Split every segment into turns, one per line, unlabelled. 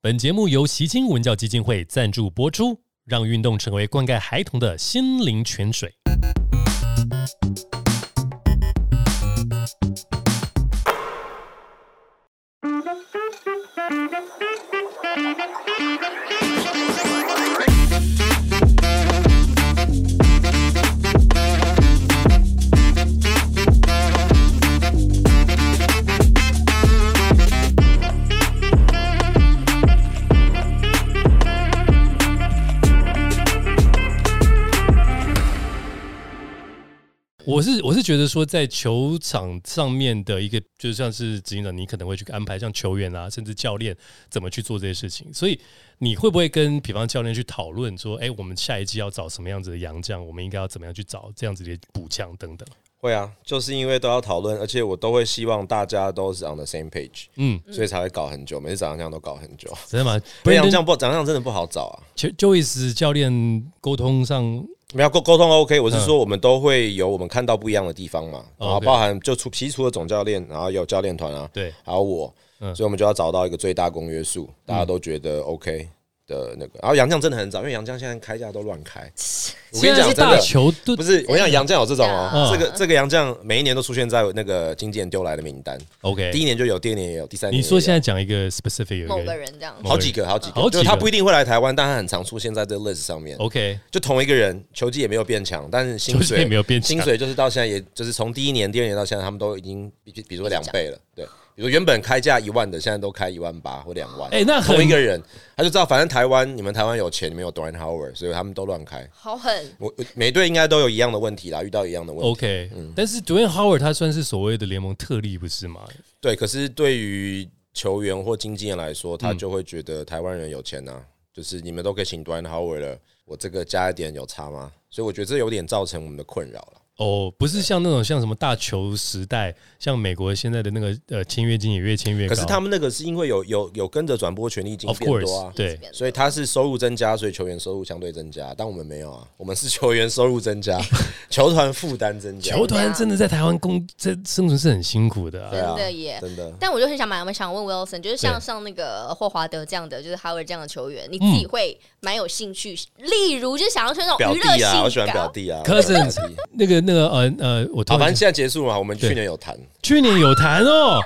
本节目由习清文教基金会赞助播出，让运动成为灌溉孩童的心灵泉水。我是我是觉得说，在球场上面的一个，就像是执行长，你可能会去安排像球员啊，甚至教练怎么去做这些事情。所以你会不会跟比方教练去讨论说，哎、我们下一季要找什么样子的洋将，我们应该要怎么样去找这样子的补强等等？
会啊，就是因为都要讨论，而且我都会希望大家都是 on the same page，
嗯，
所以才会搞很久。每次找洋将都搞很 久，
真的吗？
因为洋
Brandon-
将不，洋将真的不好找啊。
Jo- Joyce 教练沟通上，
没有沟沟通 OK，我是
嗯
说我们都会有我们看到不一样的地方嘛，
哦
然后
OK
包含就除其实除了总教练，然后有教练团啊，
对，
还有我，
嗯
所以我们就要找到一个最大公约数，大家都觉得 OK 的那个。然后杨绛真的很早，因为杨绛现在开价都 乱开。我
现
跟
在
你讲
是
真
大
的，
球队
不是我跟你讲杨绛有这种
嗯
哦，这个这个杨绛每一年都出现在那个经纪人丢来的名单，第
OK。
一年就有，第二年也有，第三年
你
也有
说现在讲一个 specific 有一
某个
个
人这样
某。
好几个，好几
好几个
个，就是他不一定会来台湾，但他很常出现在这个 list 上面。
OK，
就同一个人，球技也没有变强，但是薪
球技
水
也没有变强
薪水就是到现在也，就是从第一年、第二年到现在，他们都已经比比如说两倍了，对，比如原本开价一万的，现在都开一万八或两万。
哎、那很
同一个人，他就知道，反正台湾你们台湾有钱，你们有 d w a n Howard，所以他们都乱开。
好狠，
我我每队应该都有一样的问题啦，遇到一样的问题。嗯
OK，、但是 Dwayne Howard 他算是所谓的联盟特例，不是吗？
对，可是对于球员或经纪人来说，
嗯
他就会觉得台湾人有钱呐、就是你们都可以请 d w a n Howard 了，我这个加一点有差吗？所以我觉得这有点造成我们的困扰了。
哦，不是像那种像什么大球时代，像美国现在的那个呃签约金也越签越高。
可是他们那个是因为有有有跟着转播权利金
of
变多
course
啊，
对
所以他是收入增加，所以球员收入相对增加，但我们没有啊，我们是球员收入增加， 球团负担增加，
球团真的在台湾工这生存是很辛苦的、啊
对。啊
真的耶
真的。
但我就很想买，我们想问 Wilson，就是像
对
像那个霍华德这样的，就是 Howard 这样的球员，你自己会蛮有兴趣，例如就想要去那种
表
娱乐
弟
性
啊，
高，
我喜欢表弟啊
Cousins
我喜欢表弟
那个那个呃呃，我突
啊好，
然
反正现在结束嘛，我们去
对
年有谈，
去年有谈哦，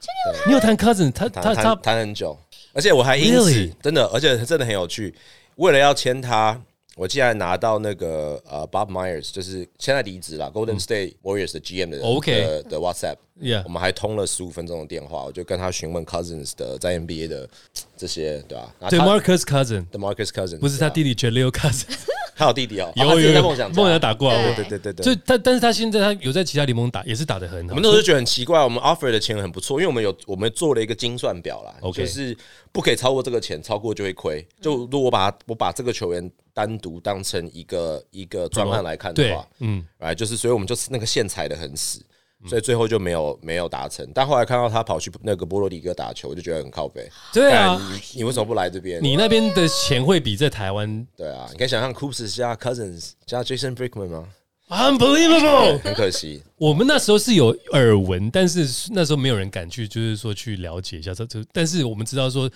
去年有谈，你有谈 Cousin，他他
谈
他
谈谈很久，而且我还因此
Really？
真的，而且真的很有趣。为了要签他，我竟然拿到那个呃 Bob Myers，就是现在离职了 Golden State Warriors 的 GM 的
嗯哦 OK
的的 WhatsApp，
，Yeah，
我们还通了十五分钟的电话，我就跟他询问 Cousins 的在 NBA 的这些，对吧、啊？
对
他
Marcus Cousin，
The Marcus Cousins
不是他
对啊，
弟弟 Jaleel Cousin，
他有弟弟哦，哦他
有
之前在
有
梦想
梦想打过啊，
对
我
对对对对
所以
对。
他但是他现在他有在其他联盟打，也是打的很
我
好
们。那时候就觉得很奇怪，我们 offer 的钱很不错，因为我们有我们做了一个精算表啦
OK
就是不可以超过这个钱，超过就会亏。就如果我把我把这个球员单独当成一个一个专案来看的
对
话，，
嗯，
哎，就是所以我们就是那个线踩的很死，所以最后就没有没有达成。但后来看到他跑去那个波罗里哥打球，我就觉得很靠背。
对啊
干，你你为什么不来这边？
你那边的钱会比在台湾
对啊，你可以想象 Coops 加 Cousins 加 Jason Brickman 吗？
unbelievable。
很可惜，
我们那时候是有耳闻，但是那时候没有人敢去，就是说去了解一下这这。但是我们知道说，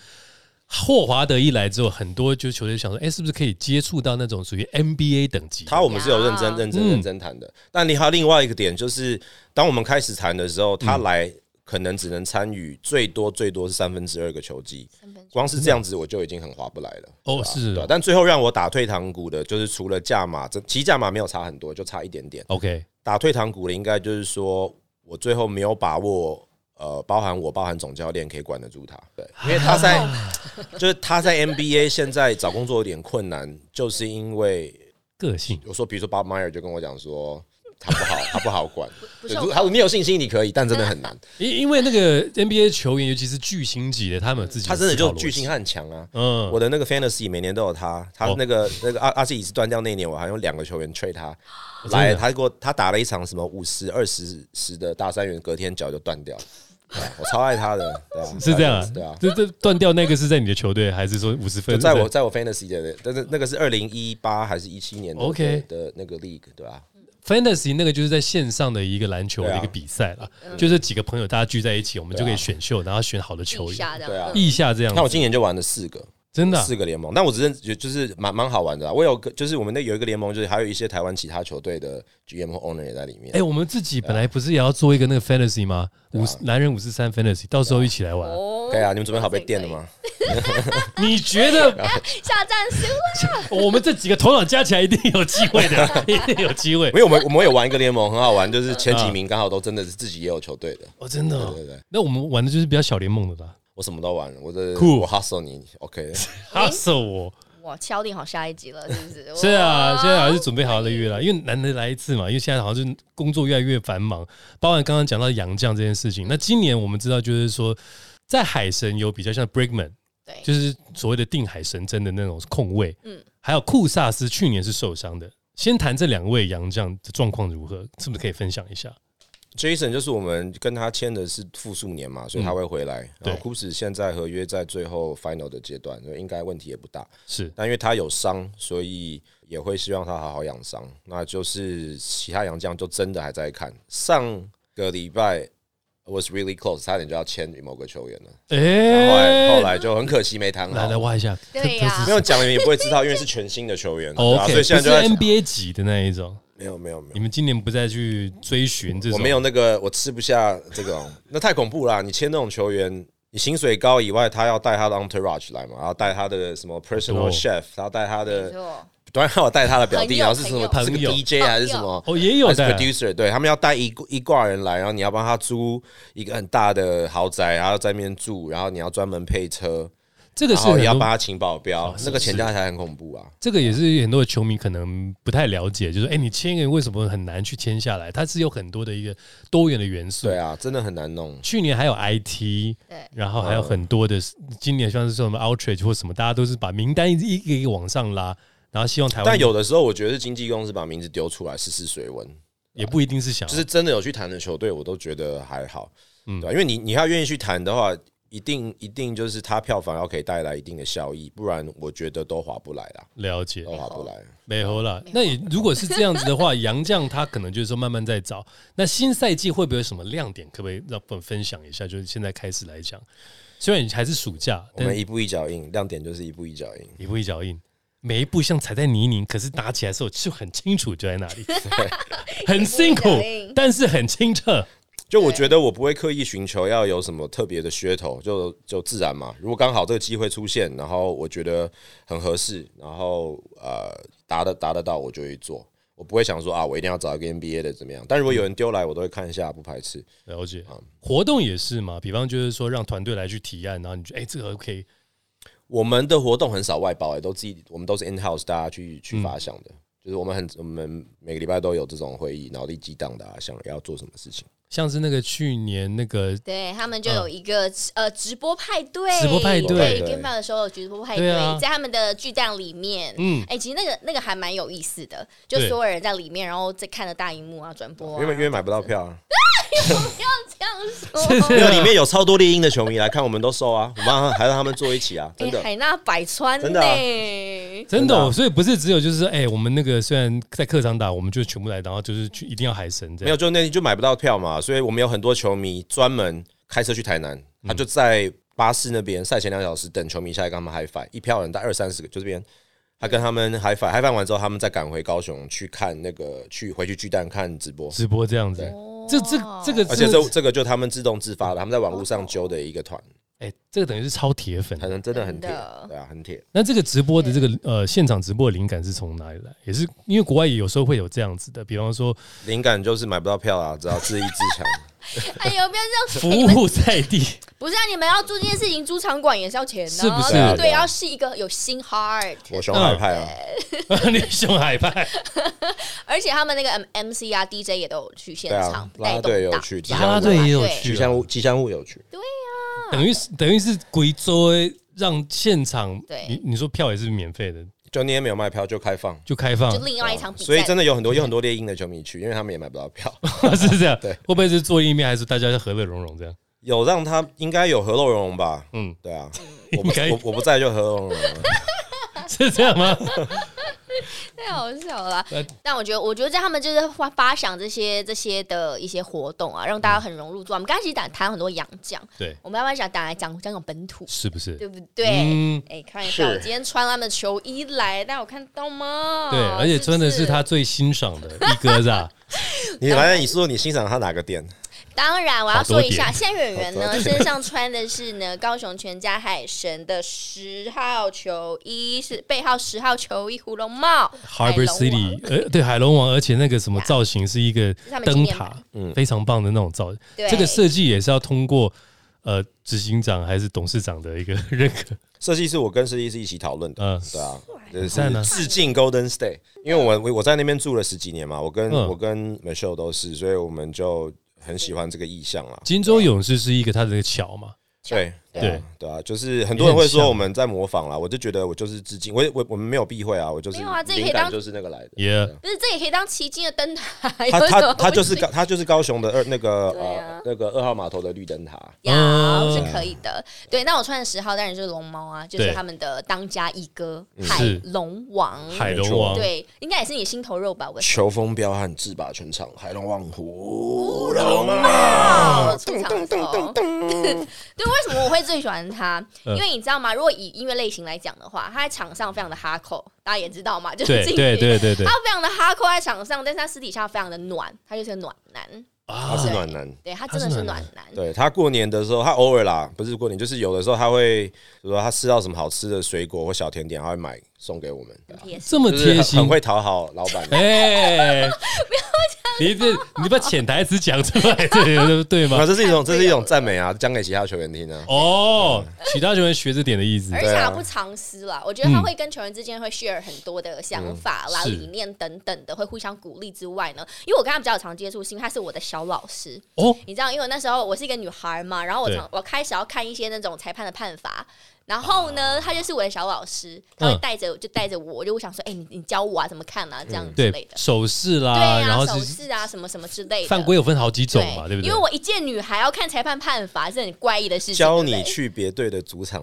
霍华德一来之后，很多就球队想说，哎、是不是可以接触到那种属于 NBA 等级？
他我们是有认真、
呀
认真、认真谈的。但你还有另外一个点，就是当我们开始谈的时候，他来可能只能参与最多最多是三分之二个球季，光是这样子我就已经很划不来了。
哦，是
对啊
哦
但最后让我打退堂鼓的，就是除了价码，这其实价码没有差很多，就差一点点。
，OK，
打退堂鼓的，应该就是说我最后没有把握，呃，包含我，包含总教练可以管得住他，对，因为他 在，就是他在 NBA 现在找工作有点困难，就是因为
个性
我说，比如说 Bob Meyer 就跟我讲说。他不好，他不好管。 对
不是
如
我
果他说你有信心，你可以，但真的很难。
因因为那个 NBA 球员，尤其是巨星级的，他们有自己
他真的
思
就
考逻辑
巨星，他很强啊。
嗯，
我的那个 Fantasy 每年都有他，他
哦
那个那个阿阿基里斯断掉那一年，我还用两个球员吹他
真的
来，他给我他打了一场什么五十二十十的大三元，隔天脚就断掉，对啊我超爱他的，对 啊，
是这样啊
对啊，，
这这断掉那个是在你的球队，还是说五十分
就
是？
在我在我 Fantasy 的，但是那个是二零一八还是一七年的
OK
的的那个 League 对吧？啊
Fantasy 那个就是在线上的一个篮球
对
的
啊
一个比赛啦，
嗯
就是几个朋友大家聚在一起，我们就可
对
以
啊
选秀，然后选好的球
地
员，
下的，
对啊
嗯
意下这样
那我
子，
今年就玩了四个，
真的啊
四个联盟，但我只是觉得就是蛮蛮好玩的、啊。我有个就是我们那有一个联盟，就是还有一些台湾其他球队的 GM 或 owner 也在里面。
哎、我们自己本来不是也要做一个那个 fantasy 吗？
对
五
啊
十男人五十三 fantasy，到时候一起来玩。
哦
可以啊，你们准备好被电了？吗？
哎你觉 得
这个可以下战书
我们这几个头脑加起来一定有机会的，一定有机会
没。有，我们我们有玩一个联盟，很好玩，就是前几名刚好都真的是自己也有球队的。
哦，真的、哦
对对对，
那我们玩的就是比较小联盟的啦。
我什么都玩，我的
Cool
我 hustle 你 OK，
哈手我，
哇，敲定好下一集了，是不是？
是啊，
哇
现在还是准备好了约了，因为难得来一次嘛，因为现在好像是工作越来越繁忙，包含刚刚讲到杨绛这件事情。那今年我们知道，就是说在海神有比较像 Brickman，
对，
就是所谓的定海神针的那种控卫，嗯
嗯，
还有库萨斯去年是受伤的。先谈这两位洋将的状况如何，是不是可以分享一下？
Jason 就是我们跟他签的是复数年嘛，所以他会回来。
嗯对
然后 Kus 现在合约在最后 final 的阶段，所以应该问题也不大。
是
但因为他有伤，所以也会希望他好好养伤。那就是其他洋将就真的还在看。上个礼拜 was really close，差点就要签某个球员了，
哎、
然后后来后来就很可惜没谈
来来
好。
挖一下，这
对呀
这是
没有讲你们也不会知道，因为是全新的球员，对
哦
啊
OK，
所以现在就
不是
在
NBA 级的那一种。
没有没有没
你
有，
们今年不再去追寻这种？
我没有那个我吃不下这种，那太恐怖啦！你签那种球员。你薪水高以外，他要带他的 entourage 来嘛，然后带他的什么 personal
哦
chef，然后带他的
没，错
突然让我带他的表弟，
朋友
然后是什么
朋友
是个
朋友
DJ 还是什么，
哦，也有
还是
的
producer，对他们要带一一挂人来，然后你要帮他租一个很大的豪宅，然后在那边住，然后你要专门配车，
这个
然
是
后
很
也要帮
多，
他请保镖
哦，
那个
是
钱加起来很恐怖啊。
这个也是很多的球迷可能不太了解，就是哎、你签一个人为什么很难去签下来？它是有很多的一个多元的元素。
对啊，真的很难弄。
去年还有 IT，
对，
然后还有很多的，今年像是说什么 Outrage 或什么，大家都是把名单一一个一个往上拉，然后希望台湾，
但有的时候，我觉得是经纪公司把名字丢出来试试水温，
也不一定是想要，
就是真的有去谈的球队，我都觉得还好，嗯，对吧、因为你你要愿意去谈的话，一定一定就是他票房要可以带来一定的效益，不然我觉得都划不来啦，
了解
都划不来。
美猴啦。那也如果是这样子的话，杨绛他可能就是说慢慢在找。那新赛季会不会有什么亮点？可不可以让我们分享一下？就是现在开始来讲，虽然还是暑假，
我
但
们一步一脚印，亮点就是一步一脚印。
一步一脚印，每一步像踩在泥泞，可是打起来的时候就很清楚，就在那 里，很辛苦
一步一脚印，
但是很清澈。
就我觉得我不会刻意寻求要有什么特别的噱头，就就自然嘛。如果刚好这个机会出现，然后我觉得很合适，然后呃达得达得到，我就会做。我不会想说啊，我一定要找一个 NBA 的怎么样。但如果有人丢来，我都会看一下，不排斥。
了解，啊活动也是嘛，比方就是说让团队来去提案，然后你觉得哎、这个 OK，
我们的活动很少外包、欸，都自己，我们都是 in house，大家去去发想的。就是我们很，我们每个礼拜都有这种会议，脑力激荡的、啊，想要做什么事情。
像是那个去年那个
对他们就有一个、呃直播派对，
嗯直播派对
对
对
g a m e 的时候有直播派
对
对，
啊
在他们的巨蛋里面，
嗯
嗯，哎、其实那个那个还蛮有意思的，就
对
所有人在里面，然后在看着大荧幕啊转播啊、
因为因为买不到票啊，
这样 哦
因
说，
为里面有超多猎鹰的球迷来看，我们都收啊，我们还让他们坐一起啊，真
哎、
的。
海纳百川
真
呢、
的啊
真的、
真的
哦，
啊
所以不是只有就是哎、我们那个虽然在客场打，我们就全部来，然后就是去一定要海神这
没有，
样。
就那天就买不到票嘛，所以我们有很多球迷专门开车去台南，他就在巴士那边赛前两小时等球迷下来跟他们 h i f i 一票人大概二三十个，就这边。他跟他们 h i f i h i f i 完之后，他们再赶回高雄去看那个，去回去巨蛋看直播。
直播这样子，
哦
这这这个
而且
真
这
的是
这个就他们自动自发的，他们在网络上揪的一个团，
哎、这个等于是超铁粉。
很真的很铁
真的，
对啊，很铁。
那这个直播的这个呃现场直播的灵感是从哪里来？也是因为国外也有时候会有这样子的，比方说
灵感就是买不到票啊，只要自立自强。
哎呦，不要这样，
服务在地，
不是啊，你们要做这件事情，租场馆也是要钱的、
是不是
对
对
对，
啊
要是一个有心 heart，
我熊海派啊，
你熊海 派，
而且他们那个 M MC 啊 DJ 也都有去现
对啊
场
啦啦
带动大家，
队有去
啦
啊
啊
啦队也有去啊
吉祥物吉祥物有趣，
等于是等于是贵州让现场，
对
你你说票也是免费的，
就你也没有卖票就开放，
就开放
就，另外一场比赛，
所以真的有很多有很多猎鹰的球迷去，因为他们也买不到 票。
是这样，
对
会不会是做意面还是大家就和乐融融这样？
有让他应该有何肉蓉吧？
嗯
嗯，对啊，我 不
应该
我我不在就何肉蓉了。
是这样吗？
太好笑了啦
呃。
但我觉得，我觉得在他们就是发发想这些这些的一些活动啊，让大家很融入。做我们刚才其实谈谈很多洋将，
对，
我们要不要讲打来讲讲讲本土，
是不是？
对不对？
嗯
哎、看一
是
下，我今天穿他们的球衣来，但我看到吗？
对，而且
不
穿的是他。最欣赏的力哥是吧？
你反正你说你欣赏他哪个店？
当然，我要说一下，
好
现在远远
好
呢
多
身上穿的是呢高雄全家海神的十号球衣，是背号十号球衣，胡龙帽
Harbor
海龙王
City，呃，对，海龙王，而且那个什
啊
么造型是一个
他们纪
灯
念
塔
版，
嗯
非常棒的那种造型。
对
这个设计也是要通过呃执行长还是董事长的一个认 可。
设计是我跟设计师一起讨论的，
嗯
对啊，
赞啊
就是致敬 Golden State，因为我我我在那边住了十几年嘛，我跟、
嗯
我跟 Michelle 都是，所以我们就很喜欢这个意象啦。
金州勇士是一个他的桥嘛，
对
对
对啊对啊，就是很多人
也
会
很像
说我们在模仿啦，我就觉得我就是致敬，我也我我们没有避讳啊，我就是
没有啊这也可以
灵感
当
就是那个来的。
也、
不是，这也可以当奇经的灯塔。
他
有什
他
么
他就是
不行
高他就是高雄的二那个
对啊
呃那个二号码头的绿灯塔，
有、
嗯
是可以的。对，那我穿的十号当然就是龙猫啊，就是
对
他们的当家一哥
是
海龙王。
海龙王，
对，应该也是你心头肉吧？我
球风彪悍，制霸全场，海龙王虎龙
哦
啊！
出场的时候， 对，为什么我会最喜欢他？
嗯
因为你知道吗？如果以音乐类型来讲的话，他在场上非常的哈口，大家也知道嘛，就是
对
进
对
去
对对对
他非常的哈扣在场上，但是他私底下非常的暖，他就是个暖男，
他
啊
是暖男，
对他真的是暖男，
对他过年的时候，他偶尔啦，不是过年，就是有的时候他会，比如说他吃到什么好吃的水果或小甜点，他会买送给我们，
也是
这么
就是
贴
很
心
很，会讨好老 板。
哎、 你这你把潜台词讲出来，对 对
那
吗？
这是一种，这是一种赞美啊，讲给其他球员听啊。
哦，其他球员学着点的意思
而，且
对啊
他不藏私啦，我觉得他会跟球员之间会 share 很多的想法啦、
嗯是
理念等等的，会互相鼓励之外呢，因为我跟他比较有常接触，是因为他是我的小老师。
哦，
你知道，因为那时候我是一个女孩嘛，然后我
对
常我开始要看一些那种裁判的判罚，然后
啊
呢，他就是我的小老师，他
嗯
会带着、就带着我，就我想说，哎、你你教我啊，怎么看啊，这样之类
嗯对
的，，
手势啦，
对
然
啊，
后
手
是
势啊，什么什么之类的。
犯规有分好几种
对
嘛，对不对？
因为我一介女孩要看裁判判罚是很怪异的事情，
教
对
你
不对
去别队的主场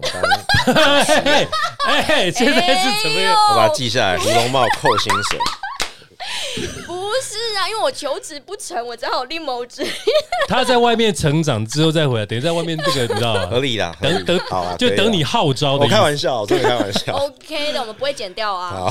当，
哎哎，现 在是怎么样？
哎
我把它记下来。胡龙茂扣薪水，
哦不是啊，因为我求职不成，我只好另谋 职业。
他在外面成长之后再回来，等于在外面这个你知道
合
吗？
理 啦。合理
等等
好啊，，
就
可以
等
啦
你。号召的
我
意思。
开玩笑，我真的开玩笑。
OK 的，我们不会剪掉啊，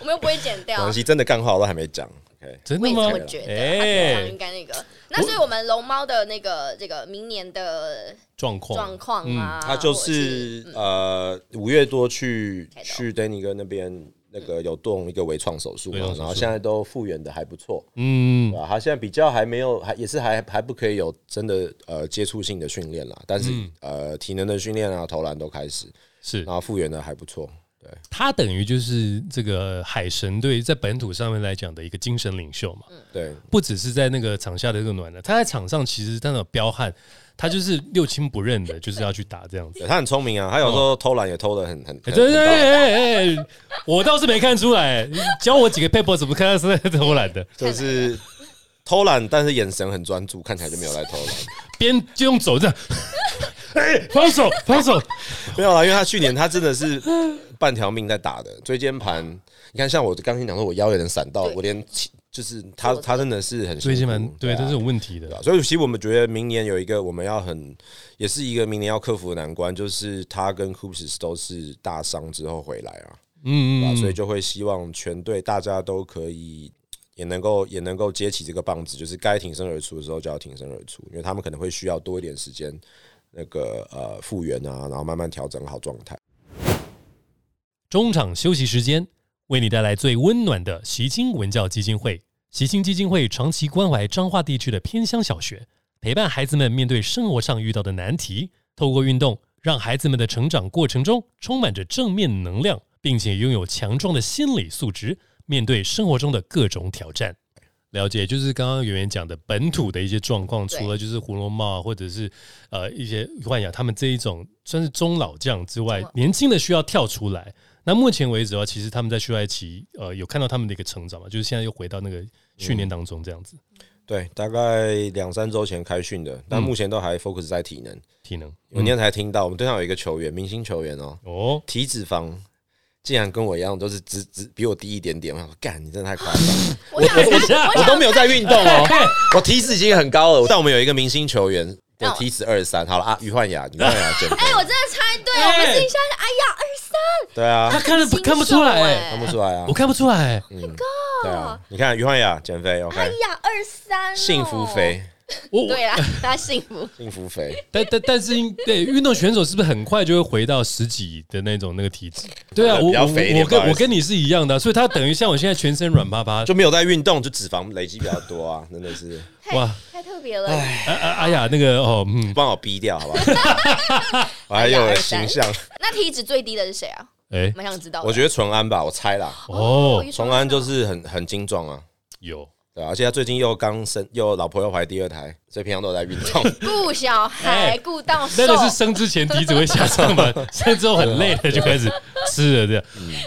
我们又不会 剪掉
广。西真的干话我都还没讲。OK，
真
我
的
也
吗
这么？觉得，他平常
哎
应，该那个。那所以我们龙猫的那个这个明年的
状况
状况啊，
嗯
他就
或者
是呃五月多去
嗯开刀
去 Danny 哥那边那个有动一个微创手术嘛
微创手，术
然后现在都复原的还不错，
嗯
对，吧？他现在比较还没有，还也是还还不可以有真的呃接触性的训练啦，但是
嗯
呃体能的训练啊、投篮都开始，
是
然后复原的还不错。对，
他等于就是这个海神队在本土上面来讲的一个精神领袖嘛，
对，
不只是在那个场下的这个暖男，他在场上其实他那种彪悍，他就是六亲不认的，就是要去打这样子。
对他很聪明啊，他有时候偷懒也偷的很很，
哦哎
很
对对
很到
对，哎哎我倒是没看出来，你教我几个 paper 怎么看他是在偷懒的，
就是偷懒，但是眼神很专注，看起来就没有在偷 懒。
边就用手这 样，哎，放手放手，
没有啦，因为他去年他真的是半条命在打的椎间盘。你看，像我刚才讲说，我腰有点闪到，
对
我连起就是他他真的是很辛苦
所以这蛮对，
啊
这是有问题的
对啊。所以其实我们觉得明年有一个我们要很，也是一个明年要克服的难关，就是他跟 Coops 都是大伤之后回来啊，对
嗯
吧？
嗯，
所以就会希望全队大家都可以。也能够也能够接起这个棒子，就是该挺身而出的时候就要挺身而出，因为他们可能会需要多一点时间，那个呃复原啊，然后慢慢调整好状态。
中场休息时间，为你带来最温暖的习清文教基金会。习清基金会长期关怀彰化地区的偏乡小学，陪伴孩子们面对生活上遇到的难题，透过运动，让孩子们的成长过程中充满着正面能量，并且拥有强壮的心理素质，面对生活中的各种挑战。了解，就是刚刚圆圆讲的本土的一些状况，
对
除了就是胡龙茂啊或者是呃一些幻雅他们这一种算是中老将之外
中老，
年轻的需要跳出来。那目前为止的话，其实他们在休赛期呃有看到他们的一个成长嘛，就是现在又回到那个训
嗯
练当中这样子，
对，大概两三周前开训的，但目前都还 focus 在体能。
体能嗯
我那天才听到，我们队上有一个球员，明星球员哦，
哦，
体脂肪竟然跟我一样都是只只比我低一点点，我想说干你真的太夸张了，
我想
我想
我都没有在运动哦，
看
我体脂已经很高了。但我们有一个明星球员，我
那我
体脂二十三，好了啊，于焕雅，于焕雅减肥
哎、，我真的猜对了，
哎
我们是一下是哎呀二十
对啊
他，看
新
得
手
看不出来、
哎
哎，
看不出来啊
我，看不出来、哎
嗯，对啊，你看于焕雅减肥
哎
，OK，
呀二三、哦，
幸福，肥，
我我
对啦， 他幸福，
幸福肥，
但但但是因，对运动选手是不是很快就会回到十几的那种那个体脂？对啊，我
比较肥一
我
点
我跟
不好意思
我跟你是一样的啊、所以他等于像我现在全身软趴趴，
就没有在运动，就脂肪累积比较多啊，真的是
太
哇
太特别了，
哎哎哎呀，那个哦，嗯，
帮我逼掉，好不好？我还有形象，
那体脂最低的是谁啊？
哎、
蛮想知道的，
我觉得淳安吧，我猜啦，
哦，
淳安就是很很精壮啊。
有
对啊、而且他最近又刚生，又老婆又怀第二胎，所以平常都有在运动。
顾小孩
哎
顾到瘦，
那个是生之前体脂会下降嘛，生之后很累了就开始吃了这样。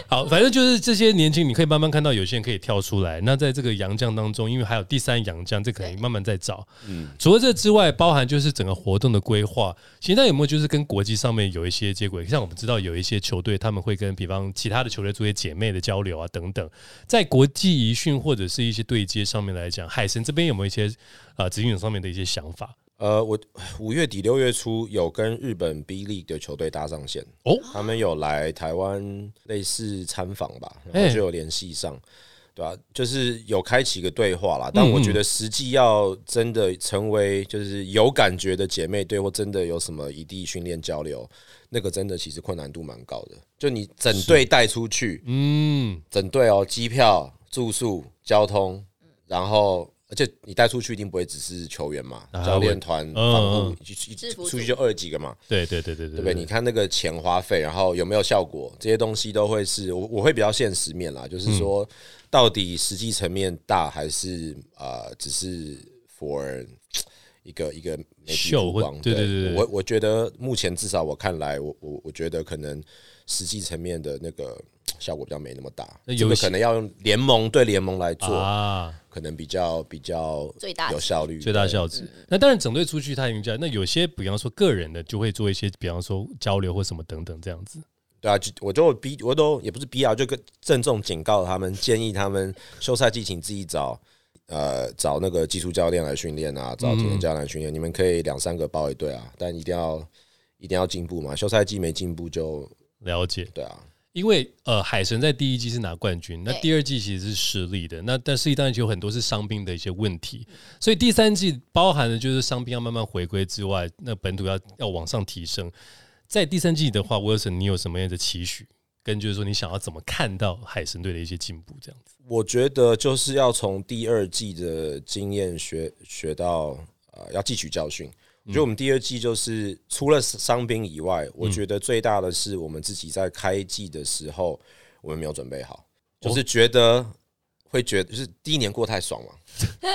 好，反正就是这些年轻，你可以慢慢看到有些人可以跳出来。那在这个洋将当中，因为还有第三洋将，这可能慢慢在找。嗯，除了这之外，包含就是整个活动的规划，现在有没有就是跟国际上面有一些接轨？像我们知道有一些球队他们会跟比方其他的球队做一些姐妹的交流啊等等，在国际遗训或者是一些对接上面来讲，海神这边有没有一些呃执行长上面的一些想法？
呃，我五月底六月初有跟日本 B l 的球队搭上线，
哦，
他们有来台湾类似参访吧，
哎
然后就有联系上，对啊，就是有开启一个对话啦。但我觉得实际要真的成为就是有感觉的姐妹队，或真的有什么异地训练交流，那个真的其实困难度蛮高的。就你整队带出去，
嗯，
整队哦，机票、住宿、交通，然后而且你带出去一定不会只是球员嘛，
啊
教练团、
嗯
防护
嗯，
一
制服
出
组
去就二十几个嘛，
对对对对对
对不对？你看那个钱花费，然后有没有效果，这些东西都会是我我会比较现实面啦，就是说
嗯
到底实际层面大还是呃只是 for 一个一个媒体
秀
曝
或
光，
对对对对
我我觉得目前至少我看来，我我我觉得可能实际层面的那个效果比较没那么大，
那
这
有
个
些
可能要用联盟对联盟来做，
啊，
可能比较比较
最大
有效率，
最大
对
效值。那当然，整队出去他赢家，那有些比方说个人的就会做一些，比方说交流或什么等等这样子。
对啊，就我就逼我都也不是逼啊，就跟郑重警告他们，建议他们休赛季请自己找呃找那个技术教练来训练啊，找体能教练来训练。你们可以两三个包一队啊，但一定要一定要进步嘛。休赛季没进步就
了解，
对啊，
因为呃，海神在第一季是拿冠军，那
对
第二季其实是失利的，那但是当然就有很多是伤兵的一些问题，所以第三季包含的就是伤兵要慢慢回归之外，那本土要要往上提升。在第三季的话，Wilson，你有什么样的期许？跟就是说，你想要怎么看到海神队的一些进步？这样子，
我觉得就是要从第二季的经验学学到呃，要汲取教训。我觉得我们第二季就是除了伤兵以外，
嗯
我觉得最大的是我们自己在开季的时候，我们没有准备好，
哦
就是觉得会觉得就是第一年过太爽嘛，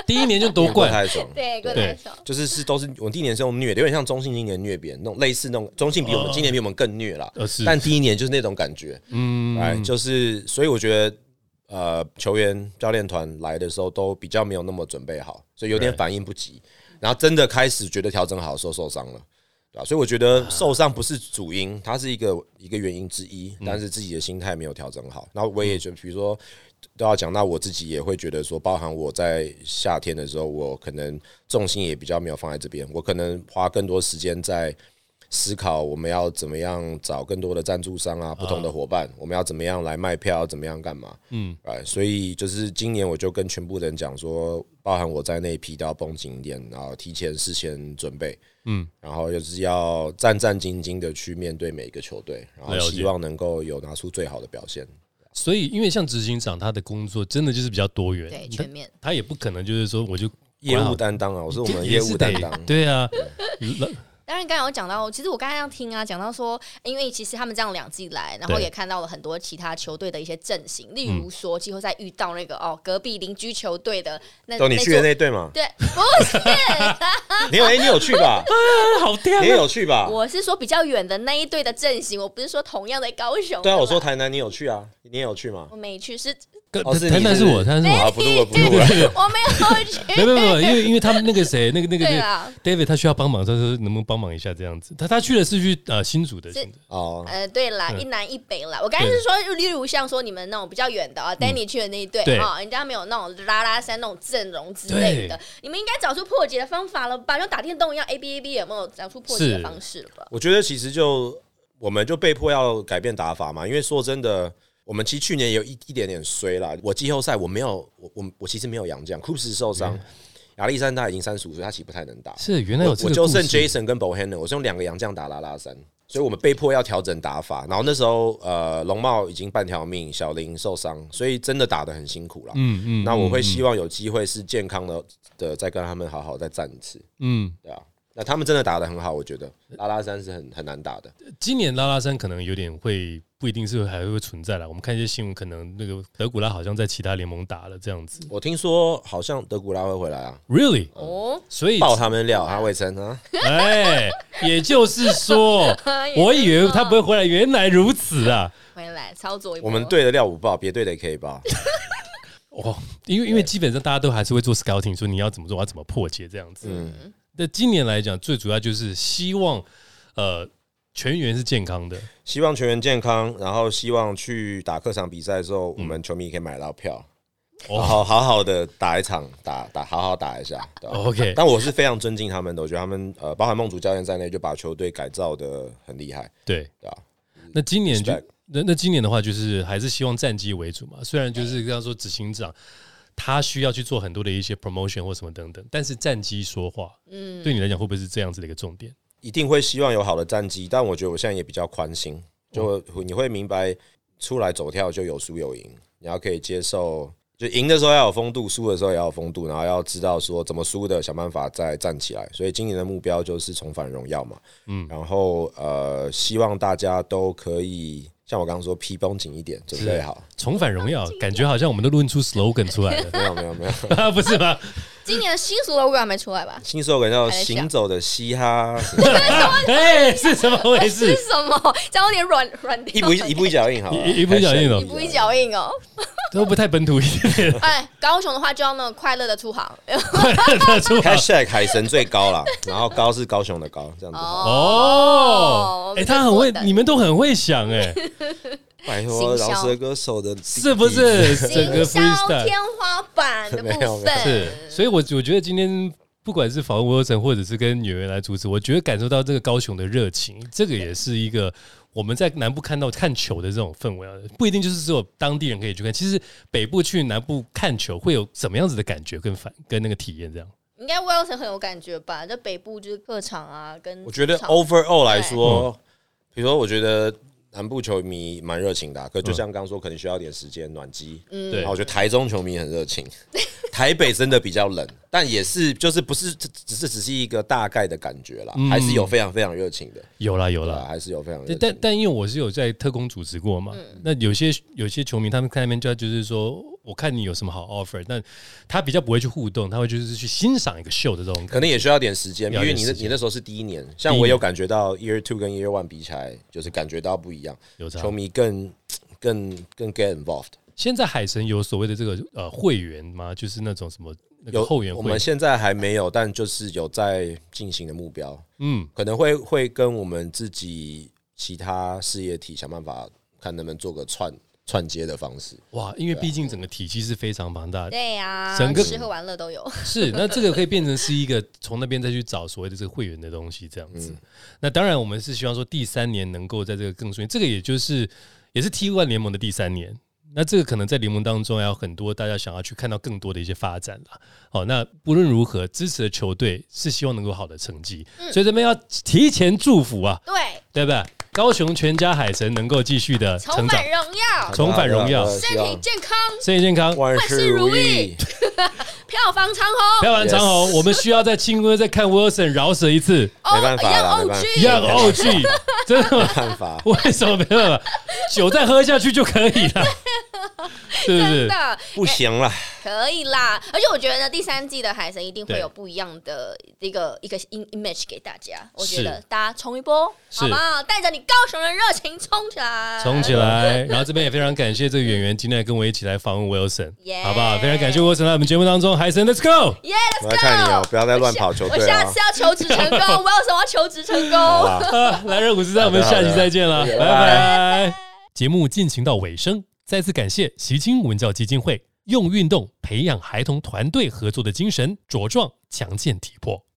第一年就 夺
过
冠，
太爽，
对过
对
来手，
就是是都是我们第一年是用虐的，有点像中信今年虐别人那种类似那种中信比我们今年比我们更虐啦，
呃是，
但第一年就是那种感觉，
嗯
哎，就是所以我觉得，呃，球员、教练团来的时候都比较没有那么准备好，所以有点
Right
反应不及。然后真的开始觉得调整好的时候受伤了，对吧、所以我觉得受伤不是主因，它是一个一个原因之一，但是自己的心态没有调整好。然后我也觉得，比如说都要讲，那我自己也会觉得说，包含我在夏天的时候，我可能重心也比较没有放在这边，我可能花更多时间在思考我们要怎么样找更多的赞助商啊，不同的伙伴，我们要怎么样来卖票，怎么样干嘛？
嗯
嗯，哎，所以就是今年我就跟全部人讲说，包含我在内，皮都要绷紧一点，然后提前事先准备，
嗯
嗯，然后就是要战战兢兢的去面对每一个球队，然后
了解
希望能够有拿出最好的表现。
所以，因为像执行长，他的工作真的就是比较多元，
对
他
全面，
他也不可能就是说我就
业务担当啊，我是我们
也
业
是
务
得
担当，
对啊，
当然，刚才有讲到，其实我刚才这样听啊，讲到说，因为其实他们这样两季来，然后
对
也看到了很多其他球队的一些阵
嗯
型，例如说季后赛遇到那个哦隔壁邻居球队的那
都你去的
那，
那队嘛
对， 不是，
你有哎，你有 去吧？
啊好掉
你也有去吧？
我是说比较远的那一队的阵型，我不是说同样的高雄。
对啊，我说
他
台南你有去啊，你也有去嘛？
我没去，是
跟
哦是你
台南是我，
是
台南是我。
啊，不录了，不录了。
我没 有去，
没没没，因为因为他们那个谁，那个那个
对啊
那个
啦，
David 他需要帮忙，他说能不能帮忙一下这样子。他他去的是去呃新竹的，
是
新竹
哦，
呃，对啦，
嗯
一南一北啦。我刚才是说，例如像说你们那种比较远
嗯
的啊，Danny 去的那一队
对
哈，人家没有那种拉拉山那种阵容之类的
对，
你们应该找出破解的方法了吧？就打电动一样，A B A B 有没有找出破解的
是
方式了吧？
我觉得其实就我们就被迫要改变打法嘛，因为说真的，我们其实去年也有一一点点衰啦。我季后赛我没有，我我我其实没有杨将，库斯受伤，
嗯
亚历山大已经三十五岁，他其实不太能打。
是原来
我
有
我
这个
就
故
剩
事，
Jason 跟 Bohannon，我是用两个洋将打拉拉山，所以我们被迫要调整打法。然后那时候呃，龙茂已经半条命，小林受伤，所以真的打得很辛苦啦。
嗯嗯
那我会
嗯
希望有机会是健康的的，再跟他们好好再战一次，
嗯，
对啊。那他们真的打得很好，我觉得拉拉山是很很难打的。
今年拉拉山可能有点会不一定是还会存在了。我们看一些新闻，可能那个德古拉好像在其他联盟打了这样子
我听说好像德古拉会回来啊，
，really，
哦，
所以
爆他们料，他会称啊。
哎，也就是说，我以为他不会回来，原来如此啊！
回来操作一波
我们队的料不爆，别队的也可以爆。
哦，因为因为基本上大家都还是会做 scouting，说你要怎么做，我要怎么破解这样子。
嗯，
那今年来讲，最主要就是希望呃全员是健康的，
希望球员健康，然后希望去打客场比赛的时候，我们球迷可以买到票，
嗯哦
然后好好的打一场，打打好好打一下。对吧
OK
但我是非常尊敬他们的，我觉得他们呃，包含梦竹教练在内，就把球队改造的很厉害，
对。
对吧？
那今年就
Respect
那那今年的话，就是还是希望战绩为主嘛。虽然就是刚刚说执行长他需要去做很多的一些 promotion 或什么等等，但是战绩说话，嗯，对你来讲会不会是这样子的一个重点？
一定会希望有好的战绩，但我觉得我现在也比较宽心，就
嗯
你会明白出来走跳就有输有赢，你要可以接受，就赢的时候要有风度，输的时候也要有风度，然后要知道说怎么输的，想办法再站起来。所以今年的目标就是重返荣耀嘛，嗯，然后呃，希望大家都可以像我刚刚说皮绷紧一点，准备好。
重返荣耀，感觉好像我们都论出 slogan 出来
没有没有没有，
了，不是吗？
今年的新 slogan 还没出 来吧？
新手感叫
还在想
行走的嘻哈，
哎，是怎么回
是
事？
什么？这样有点软软
一
掉
步，一一步一脚印，好了，
一一步一脚印哦
一步一脚印哦。
都不太本土一点，
哎，高雄的话就要那种快乐的出航
快乐的出来
hashtag 海神最高 啦，然后高是高雄的高，这样子。
哦
哦。哎，他很会，你们都很会想哎，
拜
行
托，
销
饶舌歌手的
是不 是？整个
营销
freestyle
天花板 的
没有没
部分
有
是，所以我我觉得今天不管是访问沃森，或者是跟演员来主持，我觉得感受到这个高雄的热情，这个也是一个。我们在南部看到看球的这种氛围啊，不一定就是只有当地人可以去看。其实北部去南部看球会有什么样子的感觉跟反跟那个体验？这样
应该 Wilson 很有感觉吧？这北部就是客场啊，跟
我觉得
主场
overall 来说，比如说，我觉得南部球迷蛮热情的啊、可就像刚刚说，可能需要点时间暖机。嗯，
嗯对
然后我觉得台中球迷很热 情，台北真的比较冷，但也是就是不是只只是只是一个大概的感觉
嗯
啦，还是有非常非常热情的，
有啦有
对
啦
吧？，还是有非常热
对，
情
但但因为我是有在特工主持过嘛，那有些有些球迷他们看那边就要就是说，我看你有什么好 offer，但他比较不会去互动，他会就是去欣赏一个秀的这种感
可能也需要点时间，因
要
为
点
你那
时间
你那时候是第一年，像我有感觉到 year two 跟 year one 比起来，就是感觉到不一样，
有差
球。迷更更更 get involved。
现在海神有所谓的这个呃会员吗？就是那种什么那个
有
后援
我
会
们，现在还没有，但就是有在进行的目标，
嗯，
可能会会跟我们自己其他事业体想办法，看能不能做个串串接的方式。
哇，因为毕竟整个体系是非常庞
啊
大的，
对呀、
整个
吃喝玩乐都有。
是，那这个可以变成是一个从那边再去找所谓的这个会员的东西，这样
嗯
子。那当然，我们是希望说第三年能够在这个更顺利，这个也就是也是 T One 联盟的第三年。那这个可能在联盟当中，还有很多大家想要去看到更多的一些发展啦。好，那不论如何，支持的球队是希望能够好的成绩，
嗯
所以这边要提前祝福啊，
对，
对不对？高雄全家海神能够继续的成
重
长
返，荣耀，
重返荣耀
好的
身体健康，
身体健康，
呃万
事
事
如
如
意
意。啊
票房长虹。
票完长虹，
Yes
我们需要在庆功再看 Wilson 饶舌一次，
哦
没办法啦
要
没办法
OG
一 样 OG，真的吗
看法
哎
为什么没办法？酒再喝下去就可以了。对不对
真？的
不行了，
可以啦。而且我觉得呢，第三季的海神一定会
对
有不一样的一个一个 im- image 给大家。我觉
是
得大家冲一波，
是
好不好？带着你高雄的热情冲起来，
冲起！来！然后这边也非常感谢这个演员今天来跟我一起来访问 Wilson，
Yeah
好不好？非常感谢 Wilson 来我们节目当中，海神 Let's Go！
耶、yeah,！
我来看你哦，不要再乱跑球
哎我
队了
下
啊
次。要求职成 功，我有什么要求职成
好
功？
啦
啊， 来热五十三，我们下期再见了，拜
好的好的
拜。节目进行到尾声，再次感谢习清文教基金会用运动培养孩童团队合作的精神，茁壮强健体魄。